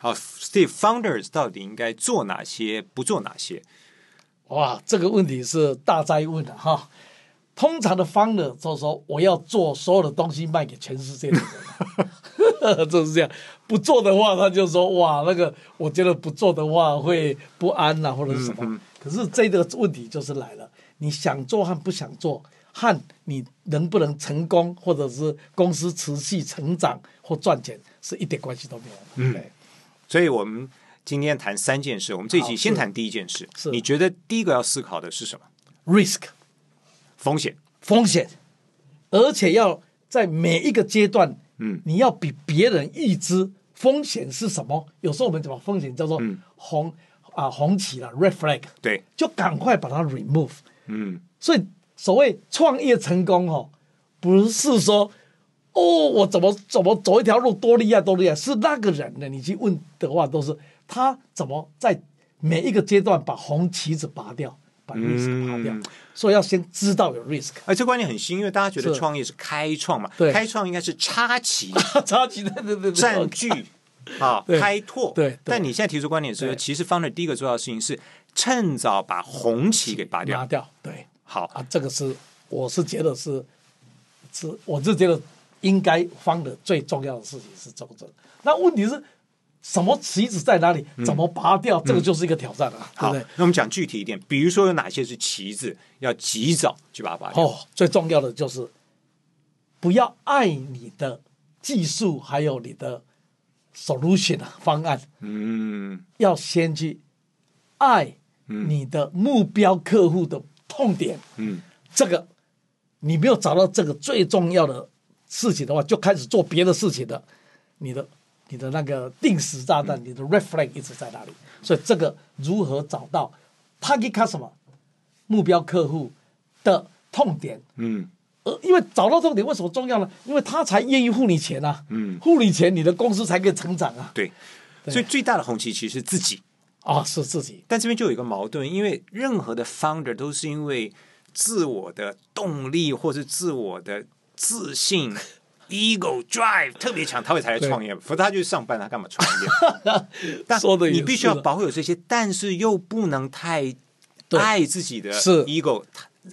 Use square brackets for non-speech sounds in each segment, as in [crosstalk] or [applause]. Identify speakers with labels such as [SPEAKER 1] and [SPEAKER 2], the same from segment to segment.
[SPEAKER 1] 好，Steve Founders 到底应该做哪些，不做哪些？
[SPEAKER 2] 哇，这个问题是大灾问的哈。通常的 founder 就是说我要做所有的东西卖给全世界的人， [laughs] 就是这样。不做的话，他就说哇，那个我觉得不做的话会不安呐、或者是什么。可是这个问题就是来了，你想做和不想做，和你能不能成功，或者是公司持续成长或赚钱，是一点关系都没有。嗯，
[SPEAKER 1] 所以我们今天谈三件事，我们这一集
[SPEAKER 2] 好
[SPEAKER 1] 先
[SPEAKER 2] 是
[SPEAKER 1] 谈第一件事
[SPEAKER 2] 是。
[SPEAKER 1] 你觉得第一个要思考的是什么？
[SPEAKER 2] risk
[SPEAKER 1] 风险。
[SPEAKER 2] 风险，而且要在每一个阶段，
[SPEAKER 1] 嗯，
[SPEAKER 2] 你要比别人预知风险是什么。有时候我们把风险叫做红、啊红旗了 （red flag），
[SPEAKER 1] 嗯对，
[SPEAKER 2] 就赶快把它 remove。
[SPEAKER 1] 嗯，
[SPEAKER 2] 所以所谓创业成功哦，不是说哦我怎么怎么走一条路多厉害多厉害，是那个人的。你去问的话，都是他怎么在每一个阶段把红旗子拔掉，把 risk 拔掉。
[SPEAKER 1] 嗯
[SPEAKER 2] 所以要先知道有 risk。
[SPEAKER 1] 而哎这观念很新，因为大家觉得
[SPEAKER 2] 是
[SPEAKER 1] 创业是开创嘛，
[SPEAKER 2] 对
[SPEAKER 1] 开创应该是插旗、
[SPEAKER 2] 超 [laughs] 级对对对对，
[SPEAKER 1] 占据啊、
[SPEAKER 2] [laughs] 对
[SPEAKER 1] 开拓。
[SPEAKER 2] 对对
[SPEAKER 1] 但你现在提出观点是，
[SPEAKER 2] 对
[SPEAKER 1] 其实方的第一个重要的事情是趁早把红旗给拔
[SPEAKER 2] 拿
[SPEAKER 1] 掉。
[SPEAKER 2] 掉，对
[SPEAKER 1] 好，
[SPEAKER 2] 啊，这个是我是觉得是是，我是觉得应该方的最重要的事情是忠贞。那问题是什么棋子在哪里，怎么拔掉，这个就是一个挑战了、对
[SPEAKER 1] 好，
[SPEAKER 2] 不
[SPEAKER 1] 那
[SPEAKER 2] 对？
[SPEAKER 1] 我们讲具体一点，比如说有哪些是旗子，要及早去把它拔掉。
[SPEAKER 2] 哦，最重要的就是不要爱你的技术，还有你的 solution 啊方案，
[SPEAKER 1] 嗯
[SPEAKER 2] 要先去爱你的目标客户的痛点。
[SPEAKER 1] 嗯，
[SPEAKER 2] 这个你没有找到这个最重要的事情的话，就开始做别的事情的，你的你的那个定时炸弹，
[SPEAKER 1] 嗯
[SPEAKER 2] 你的 red flag 一直在那里。所以这个如何找到 target customer 目标客户的痛点？
[SPEAKER 1] 嗯
[SPEAKER 2] 呃，因为找到痛点为什么重要呢？因为他才愿意付你钱啊，嗯，付你钱，你的公司才可以成长啊。
[SPEAKER 1] 对。所以最大的红旗其实是自己。
[SPEAKER 2] 啊，是自己
[SPEAKER 1] 但这边就有一个矛盾，因为任何的 founder 都是因为自我的动力或是自我的自
[SPEAKER 2] [laughs]
[SPEAKER 1] 信 ego drive 特别强，他会才来创业，否则他就去上班，他干嘛创业？
[SPEAKER 2] [laughs]
[SPEAKER 1] 但
[SPEAKER 2] 说得也
[SPEAKER 1] 你必须要
[SPEAKER 2] 是的
[SPEAKER 1] 保有这些，但是又不能太
[SPEAKER 2] 对
[SPEAKER 1] 爱自己的
[SPEAKER 2] 是
[SPEAKER 1] ego，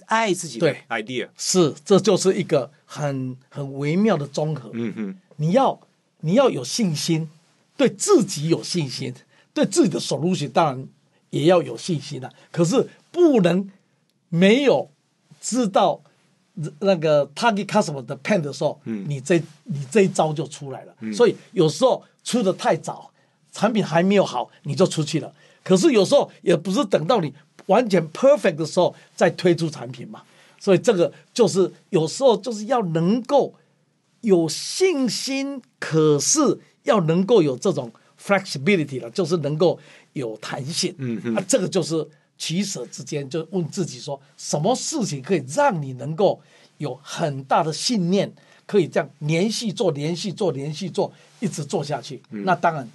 [SPEAKER 1] 爱自己的
[SPEAKER 2] 对
[SPEAKER 1] idea。
[SPEAKER 2] 是，这就是一个很很微妙的综合。
[SPEAKER 1] 嗯哼，
[SPEAKER 2] 你要你要有信心，对自己有信心，对自己的 solution 当然也要有信心了、可是不能没有知道那个 target customer 的 pain 的时候，
[SPEAKER 1] 嗯
[SPEAKER 2] 你这你这一招就出来了。所以有时候出的太早，产品还没有好，你就出去了。可是有时候也不是等到你完全 perfect 的时候再推出产品嘛。所以这个就是有时候就是要能够有信心，可是要能够有这种 flexibility 了，就是能够有弹性。嗯嗯，啊，这个就是取舍之间，就问自己说，什么事情可以让你能够有很大的信念，可以这样连续做、连续做、连续做，一直做下去。那当然，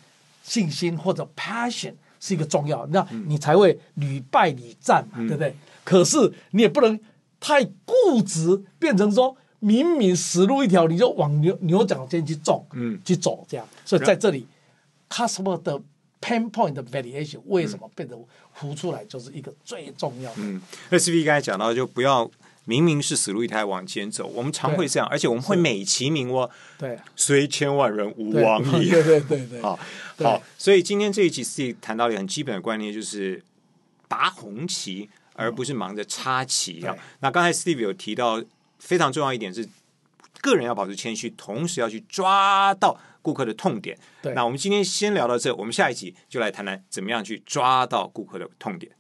[SPEAKER 2] 信心或者 passion 是一个重要，那你才会屡败屡战嘛，对不对？可是你也不能太固执，变成说明明死路一条，你就往牛牛角尖去撞，嗯，去走这样。所以在这里，customer 的 pain point 的 variation 为什么变得浮出来，就是一个最重要的。
[SPEAKER 1] 嗯，那 C V 刚才讲到，就不要明明是死路一条往前走，我们常会这样，而且我们会美其名曰
[SPEAKER 2] 对，啊
[SPEAKER 1] 虽千万人吾
[SPEAKER 2] 对 [laughs]
[SPEAKER 1] 往矣。 [laughs]
[SPEAKER 2] 对对对对，
[SPEAKER 1] 好，
[SPEAKER 2] 对
[SPEAKER 1] 好，所以今天这一集 C 谈到了很基本的观念，就是拔红旗，而不是忙着插旗啊
[SPEAKER 2] 对。
[SPEAKER 1] 那刚才 Steve 有提到非常重要一点是，个人要保持谦虚，同时要去抓到顾客的痛点。
[SPEAKER 2] 对
[SPEAKER 1] 那我们今天先聊到这，我们下一集就来谈谈怎么样去抓到顾客的痛点。